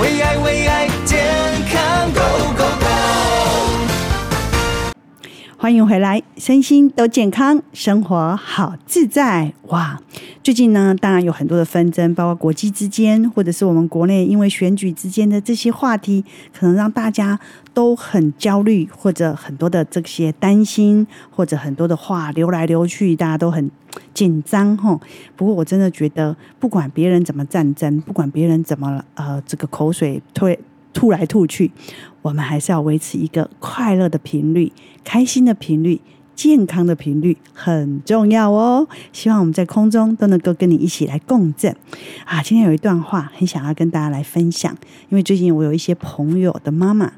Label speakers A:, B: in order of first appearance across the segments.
A: 为爱为爱健康 Go Go Go！
B: 欢迎回来，身心都健康，生活好自在哇！最近呢，当然有很多的纷争，包括国际之间，或者是我们国内因为选举之间的这些话题，可能让大家都很焦虑，或者很多的这些担心，或者很多的话流来流去，大家都很紧张吼。不过我真的觉得，不管别人怎么战争，不管别人怎么了呃这个口水推吐来吐去，我们还是要维持一个快乐的频率、开心的频率、健康的频率，很重要哦。希望我们在空中都能够跟你一起来共振啊！今天有一段话很想要跟大家来分享，因为最近我有一些朋友的妈妈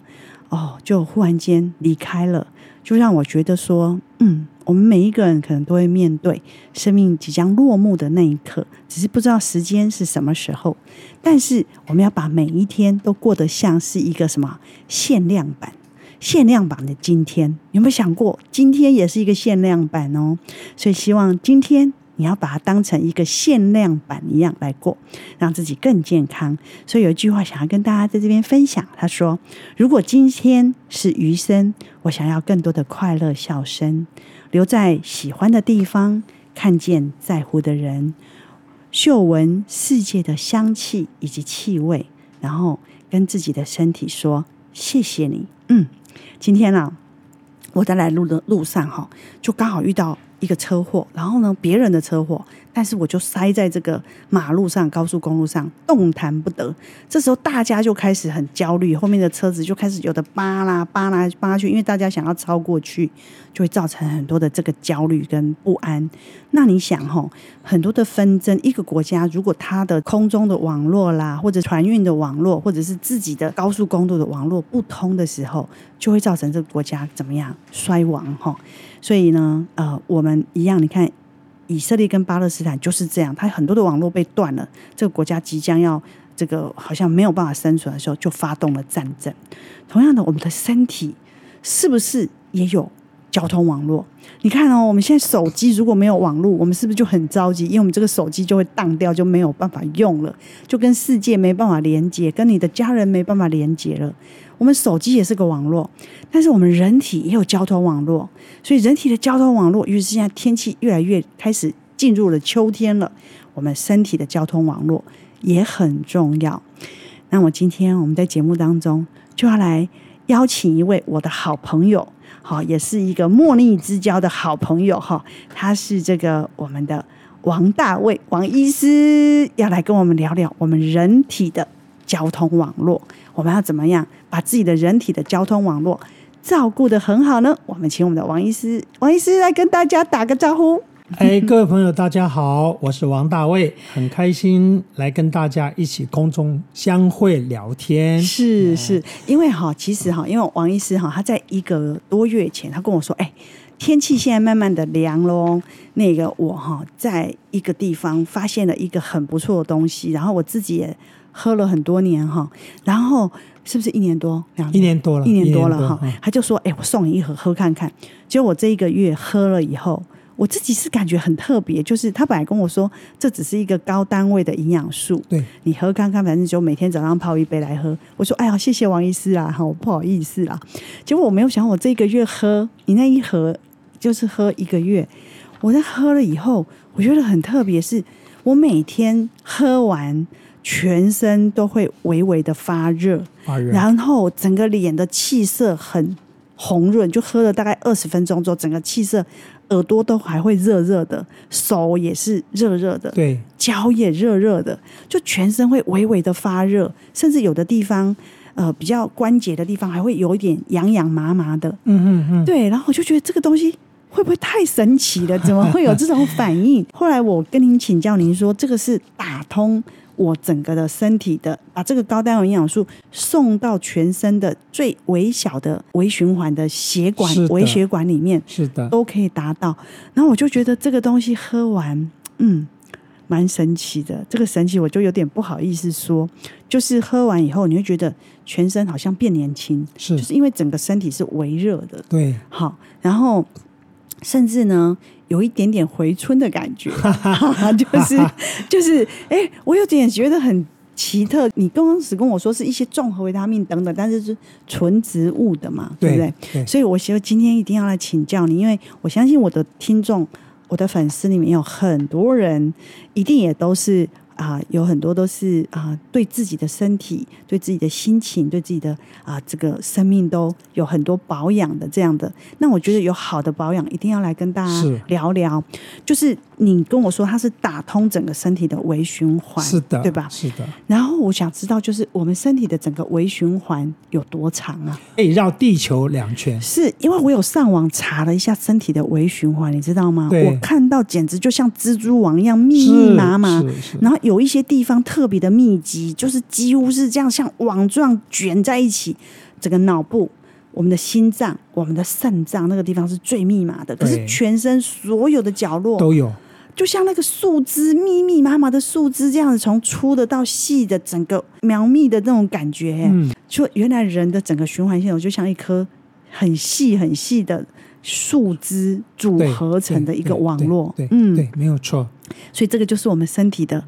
B: 哦，就忽然间离开了，就让我觉得说，嗯，我们每一个人可能都会面对生命即将落幕的那一刻，只是不知道时间是什么时候。但是我们要把每一天都过得像是一个什么限量版。限量版的今天，有没有想过，今天也是一个限量版哦？所以希望今天你要把它当成一个限量版一样来过，让自己更健康。所以有一句话想要跟大家在这边分享，他说：“如果今天是余生，我想要更多的快乐笑声，留在喜欢的地方，看见在乎的人，嗅闻世界的香气以及气味，然后跟自己的身体说谢谢你。嗯，今天啊，我在来路的路上哈、就刚好遇到一个车祸，然后呢，别人的车祸，但是我就塞在这个马路上、高速公路上，动弹不得。这时候大家就开始很焦虑，后面的车子就开始有的扒拉、扒拉、扒拉去，因为大家想要超过去，就会造成很多的这个焦虑跟不安。那你想吼，很多的纷争，一个国家如果它的空中的网络啦，或者船运的网络，或者是自己的高速公路的网络不通的时候，就会造成这个国家怎么样衰亡哈。所以呢，呃，我们一样，你看以色列跟巴勒斯坦就是这样，它很多的网络被断了，这个国家即将要这个好像没有办法生存的时候，就发动了战争。同样的，我们的身体是不是也有交通网络？你看哦，我们现在手机如果没有网络，我们是不是就很着急？因为我们这个手机就会当掉，就没有办法用了，就跟世界没办法连接，跟你的家人没办法连接了。我们手机也是个网络，但是我们人体也有交通网络，所以人体的交通网络，尤其是现在天气越来越开始进入了秋天了，我们身体的交通网络也很重要。那我今天我们在节目当中就要来邀请一位我的好朋友，好，也是一个莫逆之交的好朋友哈，他是这个我们的王大卫王医师，要来跟我们聊聊我们人体的交通网络，我们要怎么样把自己的人体的交通网络照顾得很好呢？我们请我们的王医师，王医师来跟大家打个招呼。
C: 哎， 各位朋友，大家好，我是王大卫，很开心来跟大家一起空中相会聊天。
B: 是是，因为哈，其实哈，因为王医师哈，他在一个多月前，他跟我说，哎、天气现在慢慢的凉喽。那个我哈，在一个地方发现了一个很不错的东西，然后我自己也喝了很多年哈，然后是不是一年多？两
C: 一年多了，
B: 一年多了哈
C: 嗯。
B: 他就说，哎、我送你一盒喝看看。结果我这一个月喝了以后。我自己是感觉很特别，就是他本来跟我说这只是一个高单位的营养素，
C: 对，
B: 你喝看看，反正就每天早上泡一杯来喝。我说，哎呀，谢谢王医师啊，好不好意思啦。结果我没有想，我这个月喝你那一盒，就是喝一个月。我在喝了以后，我觉得很特别是，我每天喝完，全身都会微微的发热，
C: 发热，
B: 然后整个脸的气色很红润，就喝了大概二十分钟之后，整个气色，耳朵都还会热热的，手也是热热的，
C: 对，
B: 脚也热热的，就全身会微微的发热，甚至有的地方，呃，比较关节的地方还会有一点痒痒麻麻的。
C: 嗯嗯嗯，
B: 对，然后我就觉得这个东西会不会太神奇了？怎么会有这种反 应？后来我跟您请教，您说这个是打通我整个的身体的，把这个高单位营养素送到全身的最微小的微循环的血管
C: 是、的
B: 微血管里面。
C: 是的，
B: 都可以达到。然后我就觉得这个东西喝完，嗯，蛮神奇的。这个神奇我就有点不好意思说，就是喝完以后你会觉得全身好像变年轻，
C: 是
B: 就是因为整个身体是微热的。
C: 对，
B: 好，然后甚至呢，有一点 点回春的感觉，就是就是，哎、我有点觉得很奇特，你刚开始跟我说是一些综合维他命等等，但是是纯植物的嘛，对不
C: 对对
B: 所以我觉得今天一定要来请教你，因为我相信我的听众、我的粉丝里面有很多人，一定也都是啊、有很多都是啊、对自己的身体、对自己的心情、对自己的啊、这个生命都有很多保养的这样的。那我觉得有好的保养，一定要来跟大
C: 是
B: 家聊聊。就是你跟我说它是打通整个身体的微循环，
C: 是的，
B: 对吧？
C: 是的，
B: 然后我想知道，就是我们身体的整个微循环有多长啊？
C: 可以绕地球两圈。
B: 是因为我有上网查了一下身体的微循环，你知道吗？
C: 对
B: 我看到简直就像蜘蛛网一样密密
C: 是
B: 麻麻，
C: 是是
B: 然后有一些地方特别的密集，就是几乎是这样像网状卷在一起，整个脑部。我们的心脏、我们的肾脏那个地方是最密码的，可是
C: 对
B: 全身所有的角落
C: 都有，
B: 就像那个树枝密密麻麻的树枝这样子，从粗的到细的，整个苗密的那种感觉、欸。
C: 嗯，
B: 就原来人的整个循环系统就像一颗很细很细的树枝组
C: 对
B: 合成的一个网络。
C: 对，对
B: 嗯，
C: 对，没有错，
B: 所以这个就是我们身体的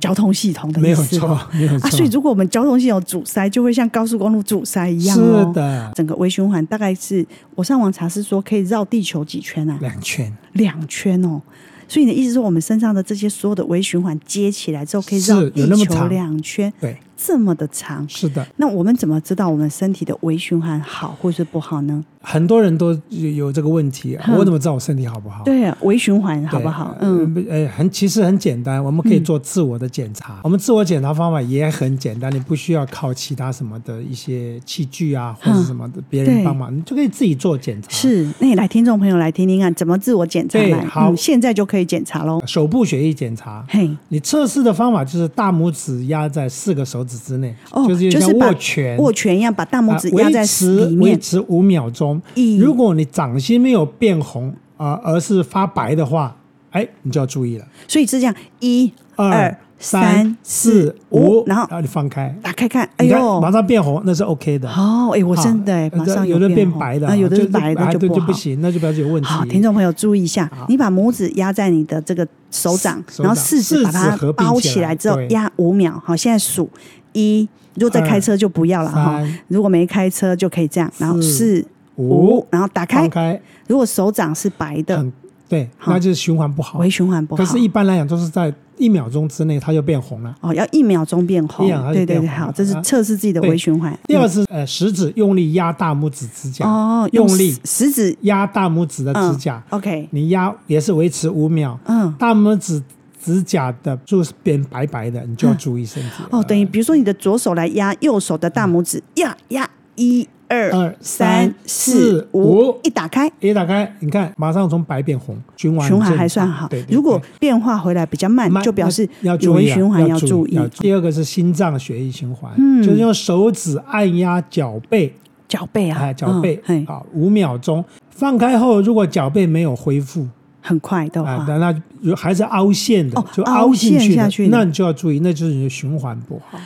B: 交通系统的
C: 没
B: 意
C: 有
B: 思
C: 错
B: 哦。，
C: 没有错，
B: 啊，所以如果我们交通系统阻塞，就会像高速公路阻塞一样、哦。
C: 是。的，
B: 整个微循环大概是我上网查是说可以绕地球几圈啊？
C: 两圈
B: 两圈哦。所以你的意思是我们身上的这些所有的微循环接起来之后，可以
C: 是
B: 绕
C: 有
B: 地
C: 那么
B: 球
C: 长
B: 两圈，
C: 对，
B: 这么的长。
C: 是的，
B: 那我们怎么知道我们身体的微循环好或是不好呢？
C: 很多人都有有这个问题啊，
B: 嗯
C: 我怎么知道我身体好不好？
B: 对啊，微循环好
C: 对
B: 不好？嗯，，
C: 呃，很其实很简单，我们可以
B: 嗯
C: 做自我的检查。我们自我检查方法也很简单，你不需要靠其他什么的一些器具啊，或者
B: 嗯
C: 什么的别
B: 对
C: 人帮忙，你就可以自己做检查。，
B: 是。那你来，听众朋友来听听看，怎么自我检查
C: 对
B: 来？
C: 好
B: 嗯现在就可以检查喽。
C: 手部血液检查。
B: 嘿，
C: 你测试的方法就是大拇指压在四个手指之内，
B: 哦，
C: 就是
B: 就
C: 像
B: 是把
C: 握拳，
B: 握拳一样，把大拇
C: 啊
B: 指
C: 维
B: 压在
C: 持
B: 里
C: 维
B: 面。
C: 持五秒钟
B: 咦。
C: 如果你掌心没有变红啊、而是发白的话，哎，你就要注意了。
B: 所以是这样，一、
C: 二、
B: 三
C: 三、、四、
B: 五
C: 五，，
B: 然后
C: 然后你放开，
B: 打开看，哎
C: 你看
B: 呦，
C: 马上变红，那是 OK 的。
B: 哦，哎，我
C: 啊
B: 真的哎，马上
C: 有的
B: 变
C: 变
B: 红
C: 白的
B: 啊，
C: 啊，
B: 有的
C: 就是
B: 白的
C: 啊
B: 就
C: 对
B: 不
C: 就
B: 好。
C: 行，那就表示有问题。
B: 好，听众朋友注意一下，你把拇指压在你的这个手掌，
C: 手
B: 然后
C: 掌
B: 四指
C: 四
B: 把
C: 指
B: 它
C: 合并
B: 包
C: 起
B: 起
C: 来
B: 来之后
C: 对
B: 压五秒。好，现在数一，如果在开
C: 二
B: 车就不要了哈
C: 三，
B: 如果没开车就可以这样，然后
C: 四
B: 四五
C: 五，
B: 然后打开
C: 放。开，
B: 如果手掌是白的，
C: 很对，
B: 好
C: 那就是循环不好
B: 微。循环不好
C: 可。是，一般来讲都是在一秒钟之内它就变红了。
B: 哦，要一秒钟变红
C: 一秒，它就
B: 对对
C: 变
B: 对，
C: 红
B: 好，
C: 了
B: 这是
C: 啊
B: 测试自己的
C: 对
B: 微循环。
C: 第
B: 嗯
C: 二是呃，食指用力压大拇指指甲，
B: 哦，
C: 用力
B: 食食指
C: 压大拇指的
B: 嗯
C: 指甲，
B: ，OK，
C: 你压也是维持五秒，
B: 嗯，
C: 大拇指指甲的就是变白白的，你就要注意身体了。
B: 哦，等于比如说你的左手来压右手的大拇指，压压一二
C: 二
B: 三
C: 三
B: 四
C: 四
B: 五
C: 五，
B: 一打开。
C: 一打开，你看马上从白变红，循环
B: 循环
C: 正
B: 还算
C: 常
B: 好
C: 对，对
B: 如果
C: 对
B: 变化回来比较慢，
C: 慢
B: 就表示
C: 要
B: 有
C: 注
B: 微
C: 意啊
B: 循环
C: 要
B: 注意。嗯
C: 第二个是心脏血液循环，就是用手指按压脚背，
B: 脚背啊，
C: 哎，脚背
B: 嗯嘿
C: 啊，五秒钟。放开后，如果脚背没有恢复
B: 很快的
C: 啊
B: 话，，
C: 那那有还是凹陷的
B: 哦，
C: 就凹进
B: 凹陷下去
C: 去
B: 的
C: 的，那你就要注意，那就是你的循环不好。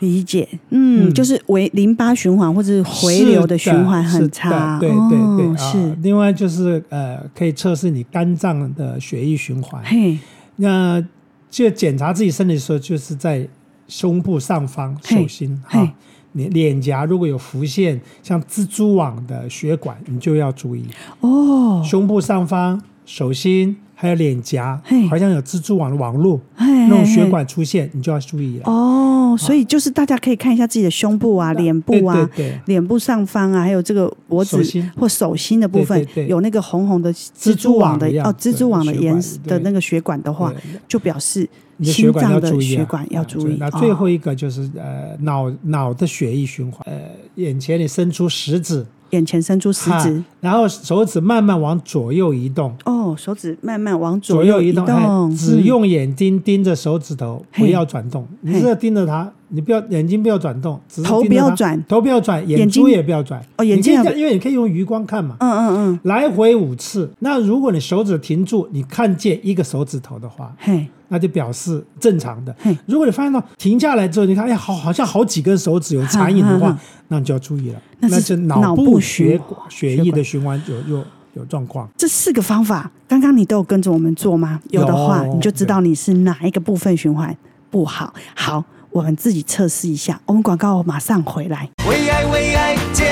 B: 理解，嗯，就是为淋巴循环或者是回流的循环
C: 是
B: 很
C: 的
B: 差，
C: 是的对对对，
B: 哦
C: 啊
B: 是，
C: 另外就是呃，可以测试你肝脏的血液循环。
B: 嘿，
C: 那就检查自己身体的时候，就是在胸部上方、
B: 嘿
C: 手心
B: 嘿
C: 哈。你脸颊如果有浮现像蜘蛛网的血管，你就要注意。
B: 哦，
C: 胸部上方、手心还有脸颊
B: 嘿，
C: 好像有蜘蛛网的网络
B: 那
C: 那种血管出现，你就要注意了。
B: 哎哦，所以就是大家可以看一下自己的胸部啊、脸部啊
C: 哎对对、
B: 脸部上方啊，还有这个脖子
C: 手心
B: 或手心的部分
C: 对对对
B: 有那个红红的蜘
C: 蜘
B: 蛛
C: 蛛
B: 网
C: 网
B: 的
C: 的样
B: 哦，
C: 子
B: 蜘蛛网的
C: 血
B: 颜
C: 管
B: 色的
C: 对
B: 那个血管的话
C: 对，
B: 就表示
C: 你的血
B: 心
C: 管
B: 脏
C: 要
B: 的
C: 注意、啊，
B: 血管要注意。
C: 那
B: 哦
C: 最后一个就是、呃脑脑的血液循环，呃眼前你伸出食指，
B: 眼前伸出食指
C: 哈，然后手指慢慢往左右移动，
B: 哦，手指慢慢往
C: 左
B: 右
C: 右移
B: 动，
C: 哎只
B: 嗯
C: 用眼睛盯着手指头，
B: 嘿
C: 不要转动。你只要盯着它，你不要眼睛不要转动，只是
B: 头
C: 盯
B: 不
C: 着它
B: 要转
C: 头不要转，
B: 眼
C: 眼
B: 睛
C: 珠也不要转。
B: 哦眼睛也
C: 你可以
B: 不
C: 这样因为你可以用余光看嘛。
B: 嗯嗯嗯，
C: 来回五次，那如果你手指停住，你看见一个手指头的话，
B: 嘿，
C: 那就表示正常的
B: 嘿。
C: 如果你发现到停下来之后，你看，哎，好，好像好几根手指有残影的
B: 哈哈
C: 话
B: 哈，
C: 那你就要注意了，
B: 那是
C: 嗯那是
B: 脑
C: 脑
B: 部
C: 部血
B: 循环
C: 血液的循环有有有状况。
B: 这四个方法，刚刚你都有跟着我们做吗？有的话，
C: 有
B: 你就知道你是哪一个部分循环不好。好，我们自己测试一下。我们广告马上回来。
A: 为爱为爱健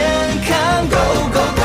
A: 康 Go Go Go，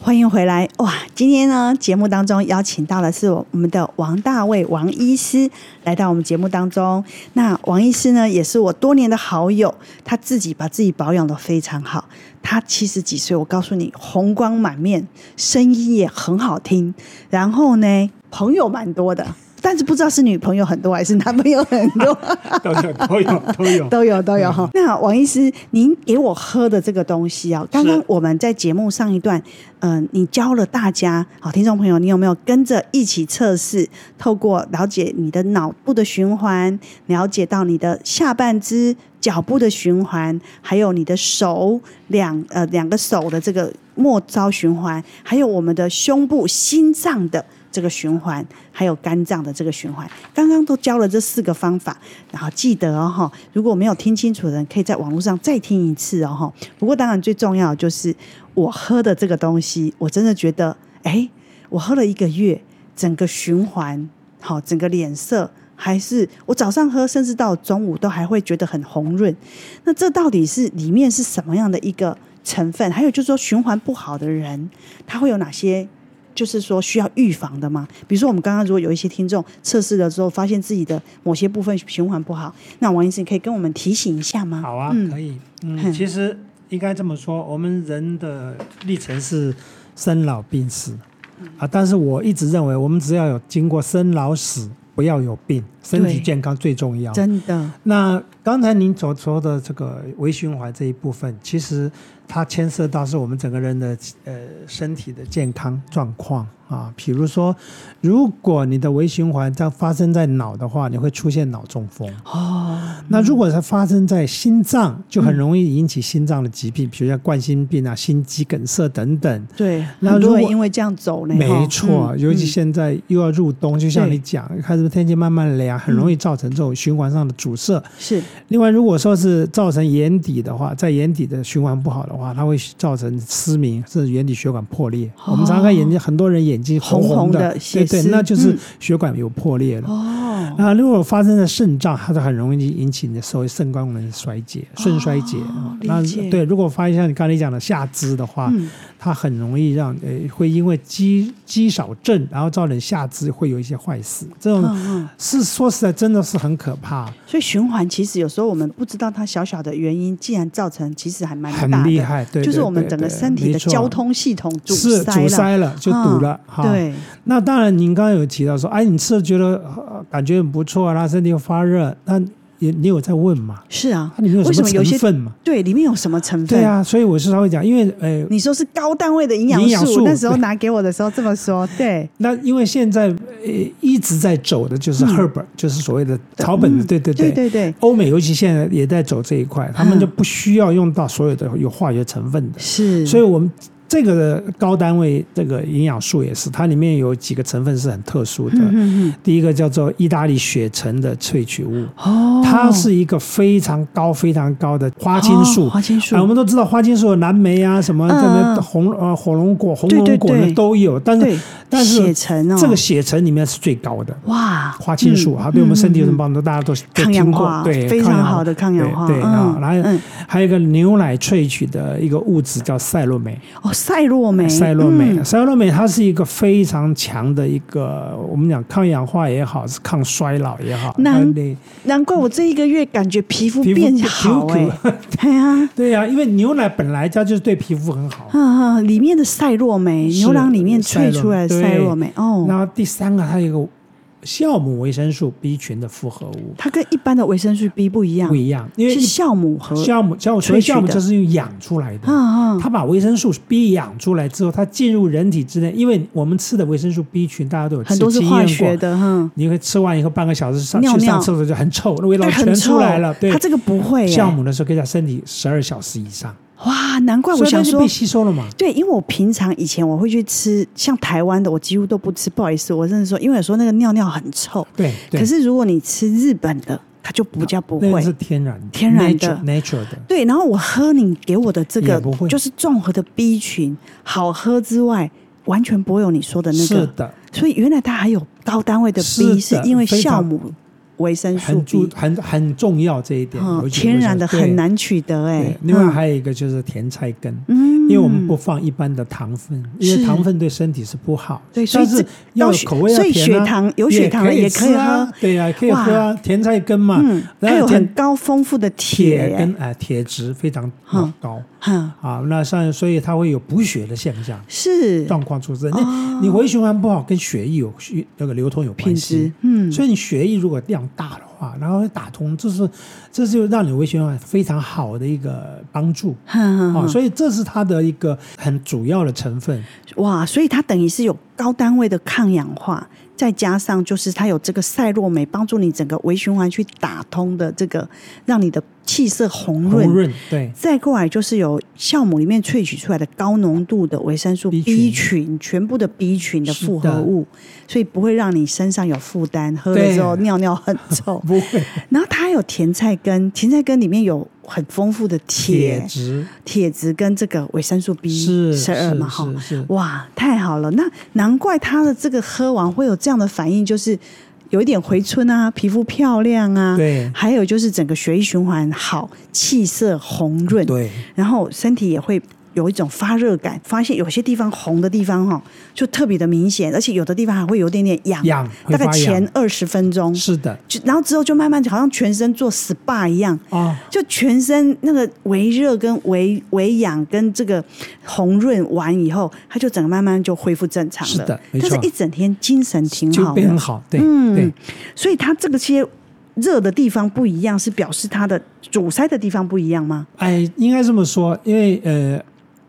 B: 欢迎回来！哇，今天呢，节目当中邀请到的是我们的王大卫王医师来到我们节目当中。那王医师呢，也是我多年的好友，他自己把自己保养的非常好。他七十几岁，我告诉你，红光满面，声音也很好听。然后呢，朋友蛮多的，但是不知道是女朋友很多还是男朋友很多。
C: 都有都 有都有。
B: 都有都有哈。那王医师，您给我喝的这个东西啊，刚刚我们在节目上一段，嗯、你教了大家，好，听众朋友，你有没有跟着一起测试？透过了解你的脑部的循环，了解到你的下半肢、脚部的循环，还有你的手两呃两个手的这个末梢循环，还有我们的胸部、心脏的。这个循环，还有肝脏的这个循环。刚刚都教了这四个方法，然后记得哦哈，如果没有听清楚的人，可以在网络上再听一次哦哈。不过当然最重要的就是我喝的这个东西，我真的觉得，哎，我喝了一个月，整个循环好，整个脸色。还是我早上喝，甚至到中午都还会觉得很红润。那这到底是里面是什么样的一个成分？还有就是说，循环不好的人，他会有哪些就是说需要预防的吗？比如说我们刚刚如果有一些听众测试了之后，发现自己的某些部分循环不好，那王医生可以跟我们提醒一下吗？
C: 好啊，可以。
B: 哼
C: 嗯，其实应该这么说，我们人的历程是生老病死啊，但是我一直认为，我们只要有经过生老死，不要有病，身体
B: 对
C: 健康最重要。
B: 真的，
C: 那刚才您所说的这个微循环这一部分，其实它牵涉到是我们整个人的呃身体的健康状况啊。比如说，如果你的微循环在发生在脑的话，你会出现脑中风。
B: 哦，
C: 那如果它发生在心脏，就很容易引起心脏的疾病，比如像冠心病啊、心肌梗塞等等。
B: 对，
C: 那
B: 很多
C: 如
B: 人
C: 果
B: 因为这样走呢，哈
C: 没错，
B: 嗯
C: 尤其
B: 嗯
C: 现在又要入冬，就像你讲，开始天气慢慢凉，很容易造成这种循环上的阻塞。
B: 嗯是
C: 另外，如果说是造成眼底的话，在眼底的循环不好的话，它会造成失明，甚至眼底血管破裂。
B: 哦
C: 我们常看眼睛，很多人眼睛红
B: 红红的
C: 的，
B: 血
C: 对
B: 丝
C: 对，那就是
B: 嗯
C: 血管有破裂了。
B: 哦，
C: 啊，如果发生在肾脏，它就很容易引起你的所谓肾功能衰竭、肾衰竭啊。
B: 哦理
C: 那
B: 解
C: 对，如果发现像你刚才讲的下肢的话，
B: 嗯，
C: 它很容易让呃会因为肌肌少症，然后造成下肢会有一些坏死。这种、
B: 嗯嗯
C: 是说实在真的是很可怕，
B: 所以循环其实有时候我们不知道它小小的原因，竟然造成其实还蛮
C: 很
B: 大的，
C: 厉害。对，
B: 就是
C: 对
B: 我们
C: 对
B: 整个
C: 对
B: 身体
C: 没
B: 的
C: 错
B: 交通系统阻
C: 是
B: 塞
C: 阻
B: 了，
C: 塞了，就堵了。
B: 嗯
C: 哈，
B: 对，
C: 那当然，您刚刚有提到说，哎，你吃了觉得、呃感觉很不错，然后身体又发热，那也你有在问嘛？
B: 是啊
C: 它里面，有
B: 为什
C: 什
B: 么
C: 么
B: 有
C: 成
B: 些
C: 分嘛？
B: 对里面有什么成分？
C: 对啊，所以我是稍微讲，因为呃，
B: 你说是高单位的营养素，
C: 营养素
B: 那时候拿给我的时候这么 说，对，
C: 那因为现在呃一直在走的就是
B: 嗯
C: herb，、就是所谓的草本的，
B: 嗯
C: 对对
B: 对对
C: 对。
B: 对，
C: 欧美尤其现在也在走这一块，他们
B: 嗯
C: 就不需要用到所有的有化学成分的，
B: 是，
C: 所以我们这个高单位这个营养素也是，它里面有几个成分是很特殊的。
B: 嗯嗯
C: 第一个叫做意大利血橙的萃取物，
B: 嗯，哦，
C: 它是一个非常高、非常高的
B: 花
C: 花青素。
B: 哦花青素，
C: 啊，我们都知道花青素有蓝莓啊，什
B: 嗯
C: 么这
B: 嗯
C: 个红呃火龙果、红
B: 对对
C: 龙果
B: 对
C: 呢都有，但
B: 对
C: 是，但是
B: 血橙哦，
C: 这个血橙里面是最高的。
B: 哇，
C: 花青素
B: 嗯
C: 啊，对我们身体有什
B: 嗯嗯
C: 么？
B: 嗯
C: 帮助？大家都都
B: 抗氧
C: 听过
B: 化，
C: 对，
B: 非
C: 抗
B: 常
C: 氧化
B: 好的抗氧化，
C: 对，对啊
B: 嗯，
C: 然后
B: 嗯
C: 还有一个牛奶萃取的一个物质叫赛洛美，
B: 哦，赛洛美，
C: 哎赛洛美，
B: 嗯
C: 赛洛美它是一个非常强的一个，我们讲抗氧化也好，是抗衰老也好，
B: 难
C: 那你
B: 难怪我这一个月感觉皮肤
C: 皮肤
B: 变好哎、对啊，
C: 对呀、因为牛奶本来它就是对皮肤很好。
B: 嗯嗯，里面的赛洛美，
C: 是
B: 牛郎里面萃出来的赛
C: 赛
B: 洛
C: 洛
B: 美
C: 美，
B: 哦，
C: 然后第三个，它有一个酵母维生素 B 群的复合物，
B: 它跟一般的维生素 B 不一样
C: 不，一样，因为
B: 是
C: 一
B: 酵母和，
C: 酵母酵母所谓
B: 萃取的
C: 酵母就是用养出来的。
B: 嗯嗯，
C: 它把维生素 B 养出来之后，它进入人体之内，因为我们吃的维生素 B 群，大家都有吃
B: 很多是
C: 经
B: 化
C: 验
B: 学
C: 过。
B: 的，哼、
C: 你会吃完以后半个小时上
B: 尿
C: 去
B: 尿
C: 上厕所就很臭，那味道
B: 对，很
C: 全
B: 臭
C: 出来了。对
B: 它，这个不会、
C: 酵
B: 欸，
C: 母的时候可以在身体十二小时以上，
B: 哇，难怪我
C: 所以它
B: 想
C: 就
B: 说
C: 被。吸收了嘛。
B: 对，因为我平常以前我会去吃，像台湾的我几乎都不吃，不好意思，我真的说，因为有时候那个尿尿很臭。
C: 对，对
B: 可是如果你吃日本的，它就比较不
C: 那个
B: 会
C: 是。天然的
B: 天然的
C: nature 的。
B: 对，然后我喝你给我的这个
C: 也不，会
B: 就是综合的 B 群，好喝之外，完全不会有你说的那
C: 是
B: 个。
C: 的，
B: 所以原来它还有高单位的 B，
C: 是的
B: 因为
C: 非
B: 酵
C: 常
B: 母维生素
C: 很注
B: B，
C: 很很重要这一点，
B: 嗯，
C: 尤其是
B: 天然
C: 维
B: 的
C: 生素
B: 很。难取得
C: 对
B: 哎、
C: 对另外
B: 嗯
C: 还有一个就是甜菜根，
B: 嗯，
C: 因为我们不放一般的糖分，因
B: 是
C: 为糖分对身体是不好。
B: 对所以
C: 但是
B: 这
C: 要
B: 到
C: 有
B: 血
C: 口味要
B: 所以
C: 甜
B: 血
C: 啊
B: 糖有血糖的也可以
C: 吃啊
B: 喝，
C: 对呀、可以喝啊，甜菜根嘛，
B: 嗯，
C: 然
B: 它
C: 后
B: 有
C: 甜
B: 很高丰富的铁
C: 铁
B: 哎
C: 跟哎铁质非常
B: 嗯
C: 高
B: 哼，
C: 啊，那像所以它会有补血的现象
B: 是哦
C: 状况出生。那你微循环不好，跟血液有血那个流通有
B: 品
C: 关
B: 质
C: 系。，
B: 嗯，
C: 所以你血液如果量大的话，然后会打通，这是这就让你微循环非常好的一个帮助
B: 哼嗯哼
C: 啊，
B: 哼
C: 所以这是它的一个很主要的成分。
B: 哇，所以它等于是有高单位的抗氧化，再加上就是它有这个赛洛美帮助你整个微循环去打通的这个，让你的气色红润。
C: 红润对
B: 再过来就是有酵母里面萃取出来的高浓度的维生素 B
C: B
B: 群，
C: 群
B: 全部的 B 群的
C: 是
B: 复合
C: 的
B: 物，所以不会让你身上有负担，喝了
C: 对
B: 之后尿尿很臭
C: 。不会
B: 然后它还有甜菜根，甜菜根里面有很丰富的 铁
C: 铁质
B: 铁质跟这个维生素 B
C: 是
B: 十二嘛，哈
C: 是，是是
B: 哇，太好了！那难怪他的这个喝完会有这样的反应，就是有一点回春啊，皮肤漂亮啊，
C: 对
B: 还有就是整个血液循环好，气色红润，，
C: 对。
B: 然后身体也会。有一种发热感，发现有些地方红的地方哈、就特别的明显，而且有的地方还会有点点痒，
C: 痒
B: 大
C: 会
B: 概
C: 发痒
B: 前二十分钟，
C: 是的
B: 就然后之后就慢慢好像全身做 SPA 一样，
C: 啊，
B: 就全身那个微热跟微微痒跟这个红润完以后，它就整个慢慢就恢复正常了。
C: 是的没
B: 但
C: 错
B: 是一整天精神挺
C: 就
B: 好的，
C: 变好，对、
B: 嗯
C: 对，，
B: 所以它这个些热的地方不一样，是表示它的阻塞的地方不一样吗？
C: 哎，应该这么说，因为呃，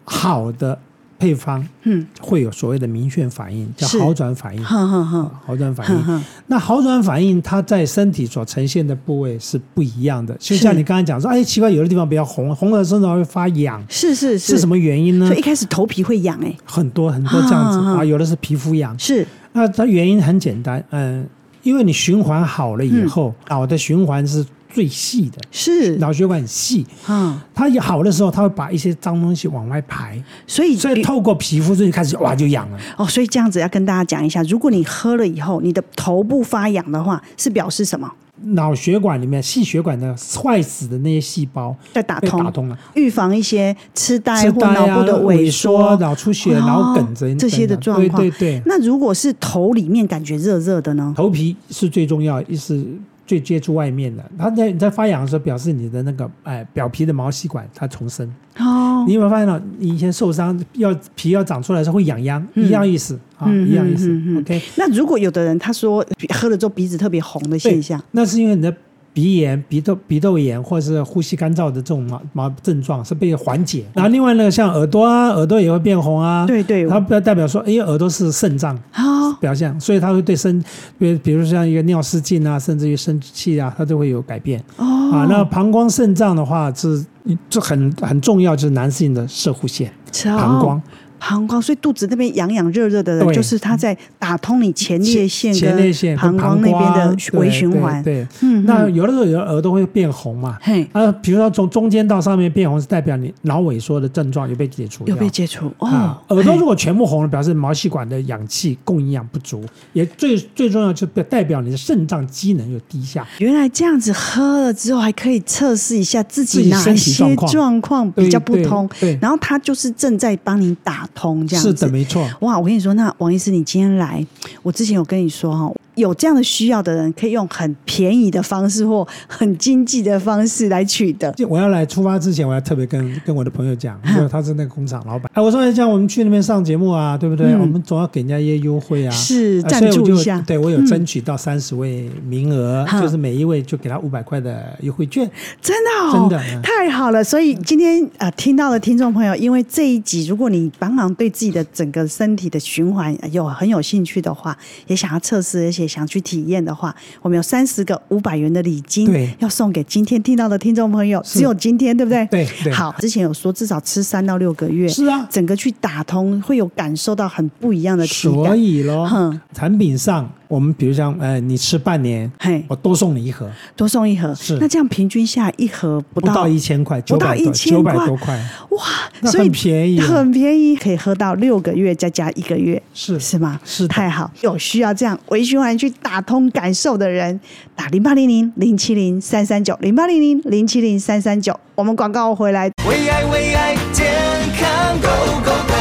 C: 好的配方
B: 嗯，
C: 会有所谓的明眩反应，叫
B: 是嗯
C: 好转反应，
B: 哼哼哼，
C: 好转反
B: 哼
C: 应。
B: 哼，
C: 那好转反应它在身体所呈现的部位是不一样的，就是像你刚才讲说，哎，奇怪，有的地方比较红，红了甚至还会发痒，
B: 是是是，
C: 是什
B: 么？
C: 么原因呢
B: 所以？一开始头皮会痒、欸，
C: 很多很多这样子
B: 啊啊啊
C: 啊，有的是皮肤痒，
B: 是
C: 那它原因很简单，嗯，因为你循环好了以
B: 嗯
C: 后，脑的循环是最细的，
B: 是，
C: 脑血管很细，
B: 嗯，
C: 它也好的时候，它会把一些脏东西往外排，
B: 所以
C: 所以透过皮肤就开始哇就痒了。
B: 哦，所以这样子要跟大家讲一下，如果你喝了以后，你的头部发痒的话，是表示什么？
C: 脑血管里面细血管的坏死的那些细胞
B: 在打
C: 被
B: 通，
C: 打通了，
B: 预防一些痴呆
C: 痴
B: 或
C: 呆
B: 脑
C: 啊、
B: 部的
C: 萎
B: 缩、
C: 脑出血、
B: 哦
C: 脑梗这啊
B: 这些的状况。
C: 对对对，
B: 那如果是头里面感觉热热的呢？
C: 头皮是最重要，也是最接触外面的。它在你在发痒的时候，表示你的那个哎、表皮的毛细管它重生。
B: 哦
C: 你，有没有发现到，你以前受伤要皮要长出来的时候会痒痒，
B: 嗯
C: 一样意思啊，
B: 嗯
C: 一样意思
B: 嗯嗯嗯。
C: OK，
B: 那如果有的人他说喝了之后鼻子特别红的现象，
C: 那是因为你的鼻炎、鼻窦、鼻窦炎或者是呼吸干燥的这种毛毛症状是被缓解。然后另外那个像耳朵啊，耳朵也会变红啊。
B: 对对
C: 它不要代表说，因为耳朵是肾脏
B: 哦，
C: 表现，所以它会对身，比如比如像一个尿失禁啊，甚至于生气啊，它都会有改变。
B: 哦
C: 啊，那膀胱、肾脏的话是这很很重要，就是男性的射护腺、膀胱
B: 哦、膀胱，所以肚子那边痒痒热热的人，
C: 对
B: 就是他在打通你前列腺
C: 前列腺
B: 跟膀
C: 跟
B: 胱那边的
C: 对啊
B: 微循环。
C: 对，对
B: 嗯嗯
C: 那有的时候有的耳朵会变红嘛，
B: 嘿，
C: 啊，比如说从中间到上面变红，是代表你脑萎缩的症状有被解除掉。
B: 有被解除哦
C: 啊，，耳朵
B: 嘿
C: 如果全部红了，表示毛细管的氧气供应量不足，也最最重要就代表你的肾脏机能有低下。
B: 原来这样子喝了之后，还可以测试一下自己哪
C: 自己身
B: 些
C: 体状况
B: 状况比较不通
C: 对对，对
B: 然后他就是正在帮你打通这样
C: 是
B: 子。
C: 的，没错。
B: 哇，我跟你说，那王医师，你今天来，我之前有跟你说哈、有这样的需要的人，可以用很便宜的方式或很经济的方式来取得。
C: 就我要来出发之前，我要特别跟跟我的朋友讲，因为他是那个工厂老板。哎，我说哎这样我们去那边上节目啊，对不对？
B: 嗯
C: 我们总要给人家一些优惠啊，
B: 是
C: 啊
B: 赞
C: 所以我
B: 助
C: 就
B: 一下
C: 对我有争取到三十位名额，
B: 哈
C: 就是每一位就给他五百块的优惠券。
B: 真的、哦，
C: 真的嗯
B: 太好了！所以今天呃，听到的听众朋友，因为这一集，如果你帮忙对自己的整个身体的循环呃有很有兴趣的话，也想要测试，而且想去体验的话，我们有三十个五百元的礼金，
C: 对
B: 要送给今天听到的听众朋友，
C: 是
B: 只有今天，对不对？
C: 对对
B: 好，之前有说至少吃三到六个月，
C: 是啊
B: 整个去打通，会有感受到很不一样的体
C: 所
B: 感。
C: 以咯
B: 哼，
C: 产品上我们比如像呃，你吃半年，
B: 嘿，
C: 我多送你一盒，
B: 多送一盒
C: 是，
B: 那这样平均下一盒不
C: 不到一千块，
B: 不
C: 九
B: 到
C: 百多，
B: 1000
C: 九
B: 块
C: 百多块，
B: 哇，
C: 那
B: 所以
C: 很便宜啊，
B: 很便宜，可以喝到六个月再加一个月，
C: 是
B: 是吗？
C: 是的
B: 太好，有需要这样微循环去打通感受的人，打零八零零零七零三三九零八零零零七零三三九。我们广告回来，
A: 为爱为爱健康 Go Go Go，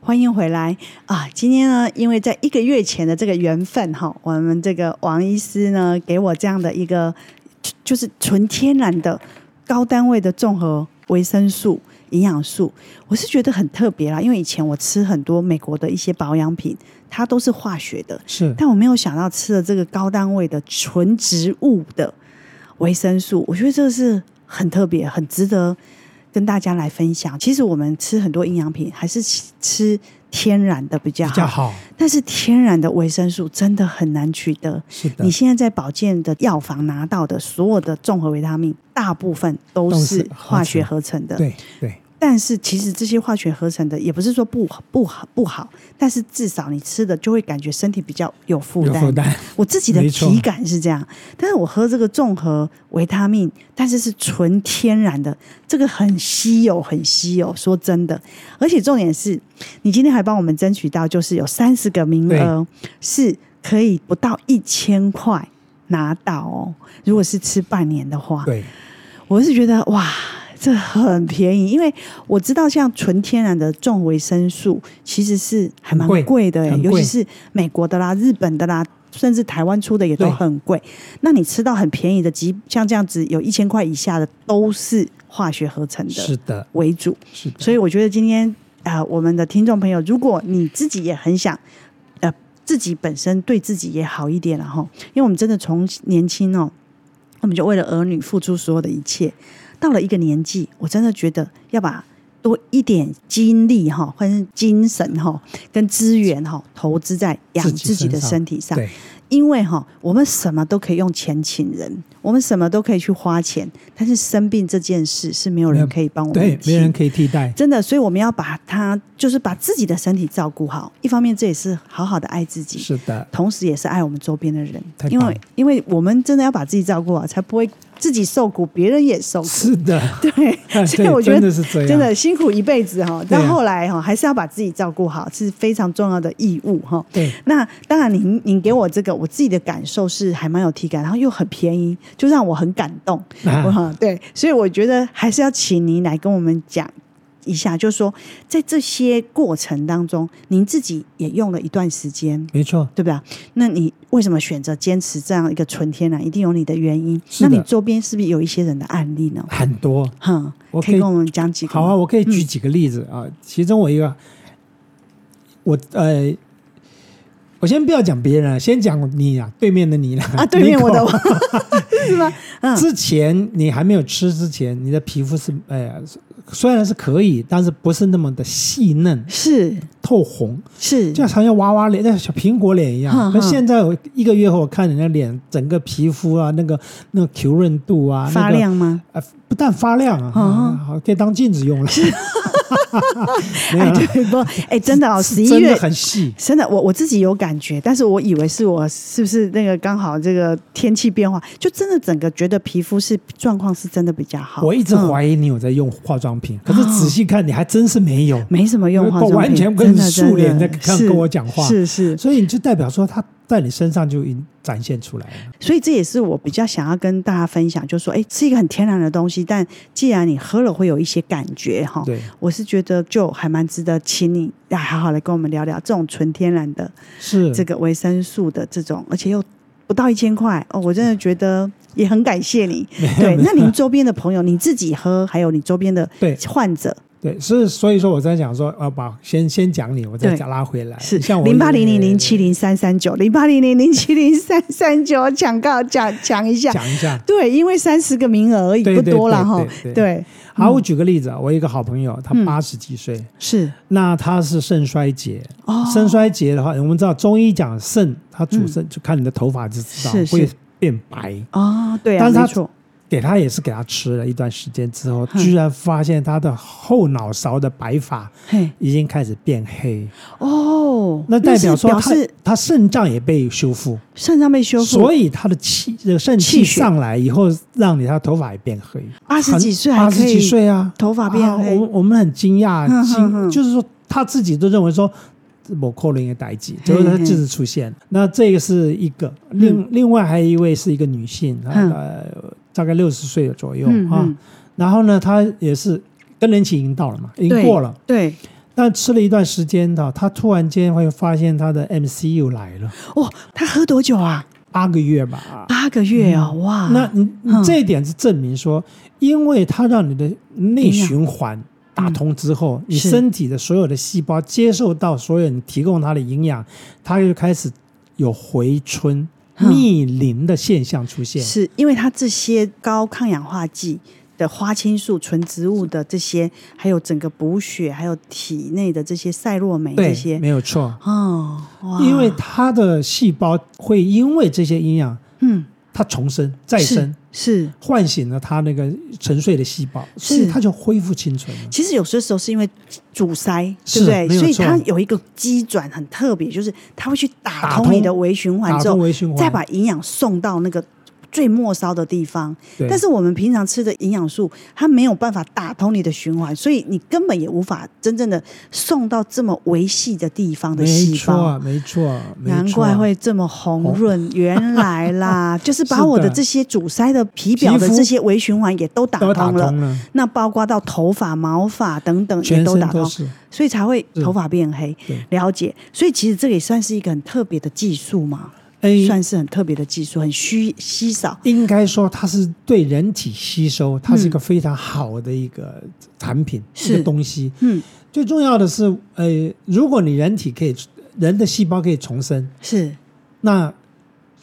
B: 欢迎回来啊！今天呢，因为在一个月前的这个缘分哈，我们这个王医师呢给我这样的一个，就就是纯天然的高单位的综合维生素。营养素，我是觉得很特别啦，因为以前我吃很多美国的一些保养品，它都是化学的，
C: 是
B: 但我没有想到吃了这个高单位的纯植物的维生素，我觉得这是很特别、很值得跟大家来分享。其实我们吃很多营养品，还是吃吃天然的比较
C: 比
B: 好，
C: 较好，
B: 但是天然的维生素真的很难取得。
C: 是的
B: 你，现在在保健的药房拿到的所有的综合维他命，大部分都
C: 都
B: 是
C: 是
B: 化
C: 合
B: 学
C: 成
B: 合成的。
C: 对对，
B: 但是其实这些化学合成的也不是说不好不好不好，但是至少你吃的就会感觉身体比较有负
C: 有
B: 担。
C: 负担，
B: 我自己的
C: 没错
B: 体感是这样，但是我喝这个综合维他命，但是是纯天然的，这个很稀有，很稀有。说真的，而且重点是你今天还帮我们争取到，就是有三十个名额是可以不到一千块拿到哦。如果是吃半年的话，
C: 对，
B: 我是觉得哇，这很便宜，因为我知道像纯天然的重维生素其实是还蛮
C: 很贵
B: 贵的、欸，
C: 很贵
B: 尤其是美国的啦、日本的啦，甚至台湾出的也都
C: 对
B: 很贵。那你吃到很便宜的，几像这样子有一千块以下的，都是化学合成
C: 是
B: 的
C: 的，
B: 为主。
C: 是的，
B: 所以我觉得今天呃，我们的听众朋友，如果你自己也很想呃，自己本身对自己也好一点了哈，因为我们真的从年轻哦，我们就为了儿女付出所有的一切，到了一个年纪，我真的觉得要把。多一点精力哈，或者是精神哈，跟资源哈，投资在养
C: 自己
B: 自己的
C: 身上
B: 身体上。
C: 对，
B: 因为哈，我们什么都可以用钱请人，我们什么都可以去花钱，但是生病这件事是没有人可以帮我们
C: 对，
B: 替
C: 没人可以替代，
B: 真的，所以我们要把它，就是把自己的身体照顾好。一方面，这也是好好的爱自己，
C: 是的，
B: 同时也是爱我们周边的人
C: 太。
B: 因
C: 棒
B: 为，因为我们真的要把自己照顾好，才不会自己受苦，别人也受苦。
C: 是的，
B: 对，
C: 哎
B: 所以
C: 对
B: 我觉得
C: 真的是这样
B: 真的辛苦一辈子哈。
C: 对
B: 到
C: 啊
B: 后来哈，还是要把自己照顾好，是非常重要的义务哈。
C: 对，
B: 那当然您，您给我这个，我自己的感受是还蛮有体感，然后又很便宜，就让我很感动。
C: 啊
B: 我对，所以我觉得还是要请您来跟我们讲一下，就是说在这些过程当中，您自己也用了一段时间。
C: 没错，
B: 对吧？那你为什么选择坚持这样一个纯天啊然？一定有你的原因。
C: 是
B: 那
C: 的
B: 你周边是不是有一些人的案例呢？
C: 很多，
B: 哼，
C: 我
B: 可
C: 可
B: 以
C: 以
B: 跟我们讲几个吗？
C: 好啊，我可以
B: 嗯
C: 举几个例子啊，其中我一个，我呃，我先不要讲别人啊，先讲你啊，对面的你啦，
B: 啊，对面我的
C: Nico
B: 是吗？嗯，
C: 之前你还没有吃之前，你的皮肤是哎呀，虽然是可以，但是不是那么的细嫩
B: 是
C: 透红，
B: 是，
C: 就好像娃娃脸，像小苹果脸一
B: 哼
C: 样。
B: 哼
C: 那现在我一个月后，我看人家脸整个皮肤啊，那个那个 Q 润度啊，
B: 发
C: 那个
B: 亮吗？
C: 啊，不但发亮啊，
B: 嗯
C: 啊好可以当镜子用了。没 有
B: 哎，
C: 啦
B: 对不？哎，真的哦， 十一
C: 真
B: 月
C: 的很细，
B: 真的，我我自己有感觉，但是我以为是我是不是那个刚好这个天气变化，就真的整个觉得皮肤是状况是真的比较好。嗯
C: 我一直
B: 疑、
C: 怀疑你有在用化妆品，可是仔细看你还真是没有。
B: 没什么用化
C: 我
B: 妆品，
C: 完全
B: 真
C: 跟
B: 的
C: 素
B: 真
C: 脸
B: 的
C: 在看
B: 是
C: 跟我讲话
B: 是是，
C: 所以你就代表说，它在你身上就已经展现出来了。
B: 所以这也是我比较想要跟大家分享，就是说，哎，是一个很天然的东西，但既然你喝了会有一些感觉哈，
C: 对，
B: 我是觉得就还蛮值得，请你来好好来跟我们聊聊这种纯天然的
C: 是
B: 这个维生素的这种，而且又不到一千块哦，我真的觉得也很感谢 你。对，那您周边的朋友，你自己喝，还有你周边的
C: 对
B: 患者，
C: 对，是所以说我在讲说，啊，把先先讲你，我再
B: 对
C: 讲拉回来。
B: 是
C: 哎像我
B: 零八零零零七零三三九零八零零零七零三三九，抢告讲讲一下。
C: 讲一下。
B: 对，因为三十个名额而已，
C: 对
B: 不
C: 对
B: 多了
C: 对
B: 哈
C: 对。对
B: 对，
C: 好，我举个例子啊，我有一个好朋友，
B: 嗯
C: 他八十几岁，
B: 是
C: 那他是肾衰竭。
B: 哦
C: 肾衰竭的话，我们知道中医讲肾，它主肾，就看你的头发就知
B: 嗯
C: 道
B: 是是
C: 会变白。
B: 哦，对啊，
C: 但是
B: 没
C: 他
B: 错，
C: 给他也是给他吃了一段时间之后，
B: 嗯
C: 居然发现他的后脑勺的白发
B: 嘿，
C: 已经开始变黑，
B: 哦，哦，
C: 那代表
B: 是
C: 说
B: 表
C: 他
B: 示
C: 他肾脏也被修复，
B: 肾脏被修复，
C: 所以他的气这个肾
B: 气
C: 气
B: 血
C: 上来以后，让你他的头发也变黑。
B: 二十几岁还
C: 二
B: 可
C: 十
B: 以
C: 几岁啊，
B: 头发变
C: 啊我
B: 黑，
C: 们我们很惊 讶
B: 哼，
C: 惊、
B: 哼哼
C: 就是说他自己都认为说。某扣零的代际，
B: 嘿
C: 结果他
B: 嘿
C: 就是出现。那这个是一个，另、另外还有一位是一个女性，
B: 嗯
C: 呃，大概六十岁左右、
B: 嗯
C: 啊
B: 嗯。
C: 然后呢，她也是更年期已经到了嘛，已经
B: 对
C: 过了，
B: 对，
C: 但吃了一段时间的，她突然间会发现她的 MCU 来了，
B: 哇，哦他喝多久啊？
C: 八个月吧。
B: 八个月哦，哇，
C: 嗯那你你
B: 嗯
C: 这一点是证明说，因为它让你的内循环打通之后，
B: 嗯
C: 你
B: 是
C: 身体的所有的细胞接受到所有你提供它的营养，它就开始有回春、
B: 嗯
C: 逆龄的现象出现。
B: 是因为它这些高抗氧化剂的花青素、纯植物的这些，还有整个补血，还有体内的这些赛洛酶这
C: 对，
B: 些，
C: 没有错，
B: 哦，哇，
C: 因为它的细胞会因为这些营养，
B: 嗯，
C: 它重生、再生。
B: 是是
C: 唤醒了它那个沉睡的细胞，所以
B: 是
C: 它就恢复青春了。
B: 其实有些时候是因为阻塞，对
C: 是
B: 不对？
C: 没有
B: 所以
C: 错
B: 它有一个机转很特别，就是它会去打
C: 打
B: 通
C: 通
B: 你的微循环
C: 打
B: 之
C: 通
B: 后，
C: 微循环，
B: 再把营养送到那个最末梢的地方。
C: 对
B: 但是我们平常吃的营养素，它没有办法打通你的循环，所以你根本也无法真正的送到这么维系的地方的
C: 没
B: 细胞。
C: 错，没错，没错哦
B: 难怪会这么红润，原来啦， 就是把我的
C: 是的
B: 这些阻塞的皮表的
C: 皮肤
B: 这些微循环也都打
C: 都打
B: 通了
C: 通，了，
B: 那包括到头发、毛发等等也
C: 全
B: 都
C: 身
B: 打通
C: 都，是。
B: 所以才会
C: 是
B: 头发变黑
C: 对。
B: 了解，所以其实这个也算是一个很特别的技术嘛，
C: 哎，
B: 算是很特别的技术，很稀稀少。
C: 应该说它是对人体吸收，它是一
B: 嗯
C: 个非常好的一个产品，
B: 是
C: 一个东西。
B: 嗯，
C: 最重要的是，呃，如果你人体可以人的细胞可以重生，
B: 是
C: 那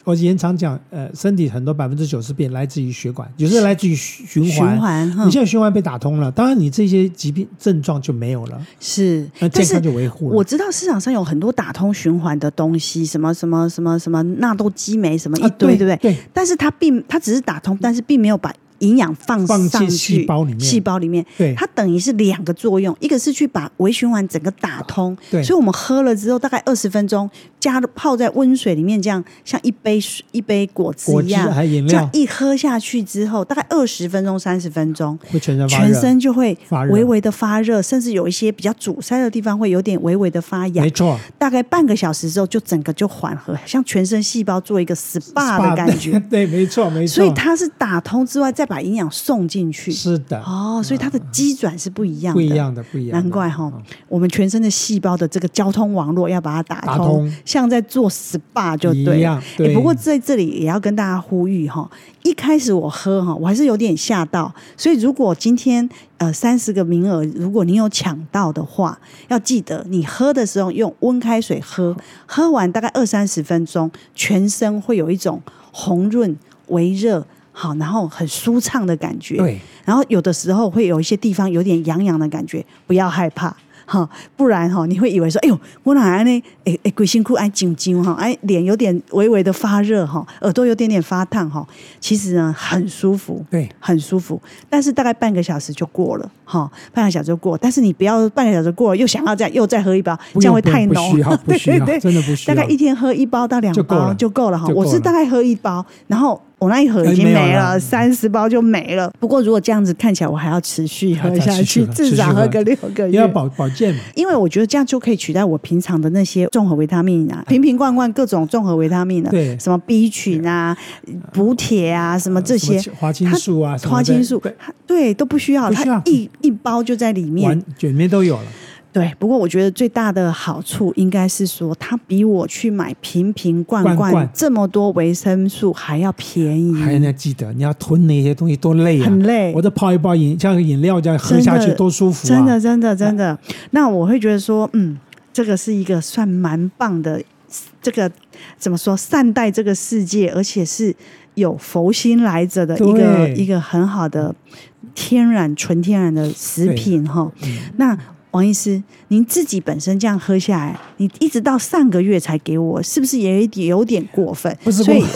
C: 我以前常讲，呃，身体很多百分之九十病来自于血管，有时候来自于循
B: 循
C: 环。
B: 环哈
C: 你，现在循环被打通了，当然你这些疾病症状就没有了，
B: 是
C: 那，
B: 但
C: 健康
B: 是。
C: 就维护了。
B: 我知道市场上有很多打通循环的东西，什么什么什么什么纳豆激酶，什么一
C: 啊，
B: 堆，
C: 对
B: 对不对？
C: 对，
B: 但是它并它只是打通，但是并没有把营养放
C: 放
B: 上
C: 进
B: 去
C: 细胞里面
B: 细胞里面，
C: 对
B: 它等于是两个作用，一个是去把微循环整个打通，
C: 对
B: 所以我们喝了之后大概二十分钟，加了泡在温水里面，这样像一杯水一杯果汁
C: 果
B: 一
C: 汁
B: 样，
C: 还有饮
B: 这样
C: 料
B: 一喝下去之后，大概二十分钟三十分钟，
C: 会全身发
B: 全
C: 热，
B: 身就会
C: 发热
B: 微微的发热，甚至有一些比较阻塞的地方会有点微微的发痒
C: 没。错，
B: 大概半个小时之后，就整个就缓和，像全身细胞做一 个 SPA 的
C: SPA
B: 感觉。
C: 对，没错，没错。
B: 所以它是打通之外，再把营养送进去。
C: 是的，
B: 哦，所以它的机转是不一样的，
C: 不一样的，不一样的。
B: 难怪哈、
C: 嗯
B: 我们全身的细胞的这个交通网络要把它打通，
C: 打通
B: 像在做 SPA 就对
C: 一
B: 了
C: 样。
B: 诶
C: 对
B: 不过在这里也要跟大家呼吁哈、一开始我喝哈、我还是有点吓到，所以如果今天呃三十个名额，如果你有抢到的话，要记得你喝的时候用温开水喝，喝完大概二三十分钟，全身会有一种红润微热。好，然后很舒畅的感觉。
C: 对，
B: 然后有的时候会有一些地方有点痒痒的感觉，不要害怕。哈，不然哈，你会以为说，哎呦，我哪安呢？哎哎，鬼辛苦，哎，紧紧哈，哎，脸有点微微的发热哈，耳朵有点点发烫哈。其实呢，很舒服，
C: 对
B: 很舒服。但是大概半个小时就过了哈，半个小时就过。但是你不要半个小时过了又想要再又再喝一包，
C: 不
B: 这样
C: 用
B: 会
C: 不用
B: 太
C: 不
B: 浓。
C: 需 要不
B: 对
C: 需要
B: 对
C: 真的不需
B: 大概
C: 要
B: 一天喝一包到两
C: 啊就够
B: 包
C: 了
B: 就够了哈。
C: 就够
B: 我是
C: 了
B: 大概喝一包，然后我那一盒已
C: 哎
B: 经
C: 没有
B: 没
C: 了
B: 了，
C: 嗯
B: 三十包就没了。不过如果这样子看起来，我还要持续喝
C: 还
B: 下
C: 持续
B: 去，
C: 喝
B: 至少
C: 持续喝
B: 喝个六个
C: 因为要
B: 月。
C: 保保健嘛。
B: 因为我觉得这样就可以取代我平常的那些综合维他命啊，瓶瓶罐罐各种综合维他命了、
C: 哎
B: 啊
C: 对
B: 什么 B 群啊、补铁啊，什么这
C: 什么
B: 些
C: 青花青素啊
B: 它
C: 什么的
B: 花青素
C: 对，
B: 它对都不需要，
C: 不需要
B: 它一一包就在里面
C: 完。卷面都有了，
B: 对，不过我觉得最大的好处应该是说，它比我去买瓶瓶罐
C: 罐
B: 罐
C: 罐
B: 这么多维生素还要便
C: 还
B: 宜。
C: 要哎记得你要吞那些东西多累啊，
B: 嗯很累
C: 我这泡一包饮像饮料这样喝
B: 真
C: 下去
B: 的
C: 多舒服啊，
B: 真的，真的，真的。那我会觉得说，嗯，这个是一个算蛮棒的，这个怎么说，善待这个世界，而且是有佛心来着的一个
C: 对
B: 一个很好的天然纯天然的食品哈。
C: 嗯
B: 那王医师，您自己本身这样喝下来，你一直到上个月才给我，是不是也有一点有点过分？
C: 不是
B: 所以
C: 过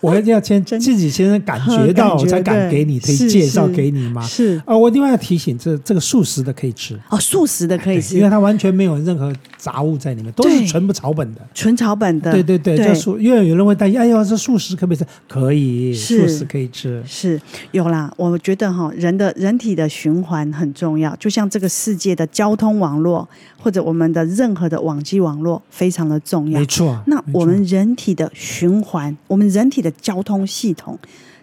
C: 我要先
B: 真
C: 自己先感 觉到，
B: 感
C: 我
B: 觉
C: 才敢
B: 对
C: 给你推
B: 是
C: 介绍
B: 是
C: 给你嘛。
B: 是
C: 啊，我另外要提醒，这这个素食的可以吃，
B: 哦，素食的可以
C: 对因为
B: 吃，
C: 它完全没有任何杂物在里面，都是
B: 对
C: 全部草本的。
B: 纯草本的，
C: 对对对，这素，因为有人会担心，哎呦，这素食可不可以吃？可以，
B: 是
C: 素食可以吃。
B: 是有啦，我觉得哈，人的人体的循环很重要，就像这个世界的交通网络，或者我们的任何的网际网络，非常的重要
C: 没。错，
B: 那
C: 没错
B: 我们人体的循环，我们人体的交通系统，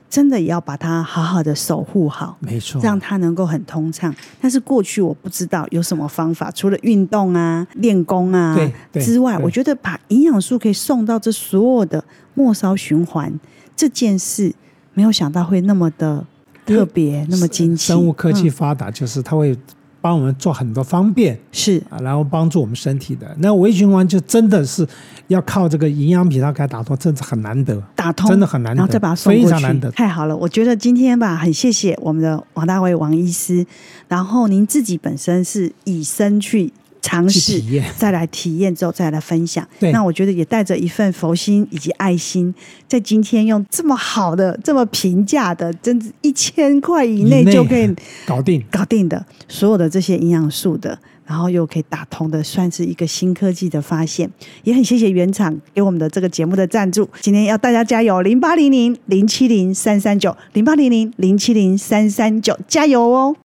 B: 真的也要把它好好的守护好，
C: 没错，
B: 让它能够很通畅。但是过去我不知道有什么方法，除了运动啊、练功啊
C: 对对
B: 之外，
C: 对
B: 我觉得把营养素可以送到这所有的末梢循环这件事，没有想到会那么的特别，那么精细。
C: 哎生物科技
B: 嗯
C: 发达，就是它会帮我们做很多方便。
B: 是
C: 啊，然后帮助我们身体的那微循环就真的是要靠这个营养品它给它打通，真是很难得。
B: 打通，
C: 真的很难得
B: 然后再把它送过去，
C: 非常难得
B: 太好了，我觉得今天吧，很谢谢我们的王大卫王医师，然后您自己本身是以身去。尝
C: 去
B: 试
C: 体验，
B: 再来体验之后，再来分享。
C: 对
B: 那我觉得也带着一份佛心以及爱心，在今天用这么好的、这么平价的，真是一千块以内
C: 以内
B: 就可以
C: 搞定。
B: 搞定的所有的这些营养素的，然后又可以打通的，算是一个新科技的发现。也很谢谢原厂给我们的这个节目的赞助。今天要大家加油，零八零零零七零三三九，零八零零零七零三三九，加油哦！